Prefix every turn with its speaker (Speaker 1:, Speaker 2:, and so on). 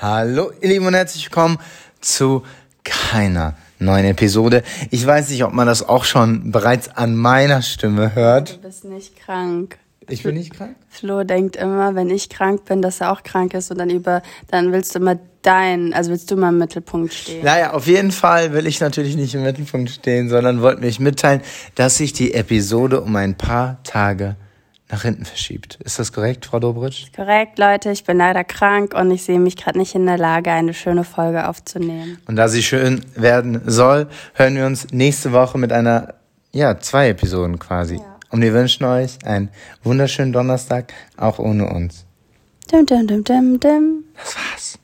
Speaker 1: Hallo, ihr Lieben und herzlich willkommen zu keiner neuen Episode. Ich weiß nicht, ob man das auch schon bereits an meiner Stimme hört.
Speaker 2: Du bist nicht krank.
Speaker 1: Ich bin nicht krank.
Speaker 2: Flo denkt immer, wenn ich krank bin, dass er auch krank ist und dann über, dann willst du immer dein, also willst du immer im Mittelpunkt stehen.
Speaker 1: Naja, auf jeden Fall will ich natürlich nicht im Mittelpunkt stehen, sondern wollte mich mitteilen, dass sich die Episode um ein paar Tage nach hinten verschiebt. Ist das korrekt, Frau Dobritsch?
Speaker 2: Korrekt, Leute, ich bin leider krank und ich sehe mich gerade nicht in der Lage, eine schöne Folge aufzunehmen.
Speaker 1: Und da sie schön werden soll, hören wir uns nächste Woche mit einer, ja, zwei Episoden quasi. Und wir wünschen euch einen wunderschönen Donnerstag, auch ohne uns.
Speaker 2: Dim, dim, dim, dim, dim.
Speaker 1: É Das war's.